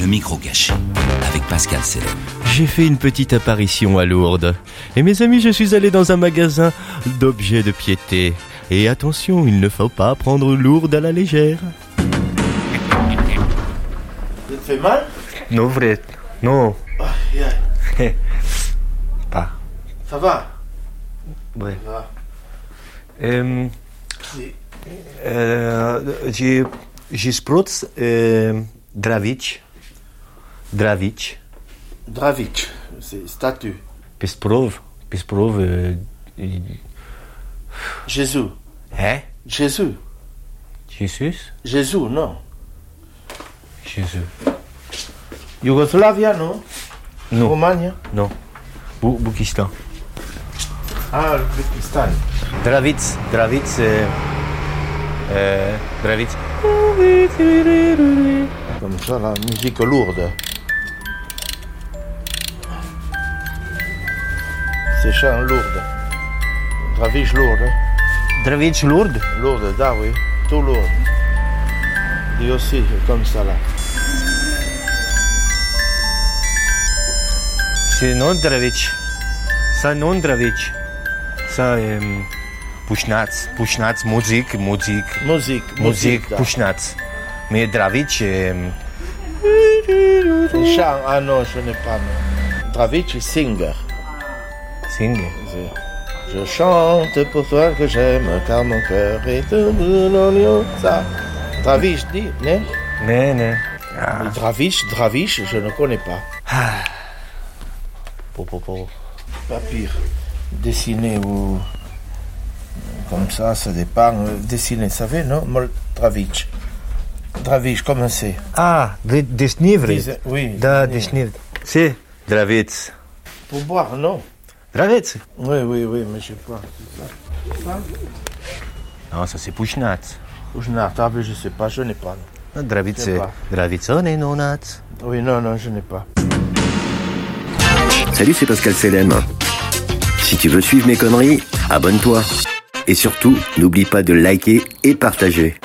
Le micro caché avec Pascal Célé. J'ai fait une petite apparition à Lourdes. Et mes amis, je suis allé dans un magasin d'objets de piété. Et attention, il ne faut pas prendre Lourdes à la légère. Ça te fait mal Non, vrai. Non. Ah, Ah, yeah. Pas. Ça va Ouais. Ça va. Euh, Si. euh, j'ai, j'ai spritz euh, Dravic. Dravic. Dravic, c'est statue. Pisprov. Pisprov. Euh, il- Jésus. hein? Jésus. Jésus? Jésus, non. Jésus. Yougoslavia, non Non, Roumanie non. Bou- Boukistan. Ah, l'Uzbékistan. Dravic. Dravic. Euh, euh, Dravic. Comme ça, la musique lourde. C'est chant lourde. Dravic lourde. Dravic lourde. Lourde, da, oui. Tout lourde. Lui aussi, comme ça, là. C'est non Dravic. Ça non Dravic. Ça euh, Pushnac. Pushnac, musique, musique, Musique, musique. musique, da. Pushnac. Mais Dravic, euh, Un chant, ah non, je n'ai pas. non. Dravic, singer. sing. Je chante pour toi que j'aime, car mon cœur est un boulot. Ça. Dravish, dis, né? Non, non. Ah. Dravish, Dravish, je ne connais pas. Po, po, po. Pas pire. Dessiner ou. Comme ça, ça dépend. Euh, Dessiner, ça savez, non? Mol Dravish. Dravish, comment c'est? ah de, desnivre. Dis- Oui. Da, desnivre. C'est Dravic. Pour boire, non? Dravic. Oui, oui, oui, mais je sais pas. Non, ça c'est Pushnac. Ou Je n'ai ah, mais je sais pas, je n'ai pas. non. Non, Dravic, sais c'est pas. Dravic, on est nonat. Oui, non, non, je n'ai pas. Salut, c'est Pascal Selem. Si tu veux suivre mes conneries, abonne-toi. Et surtout, n'oublie pas de liker et partager.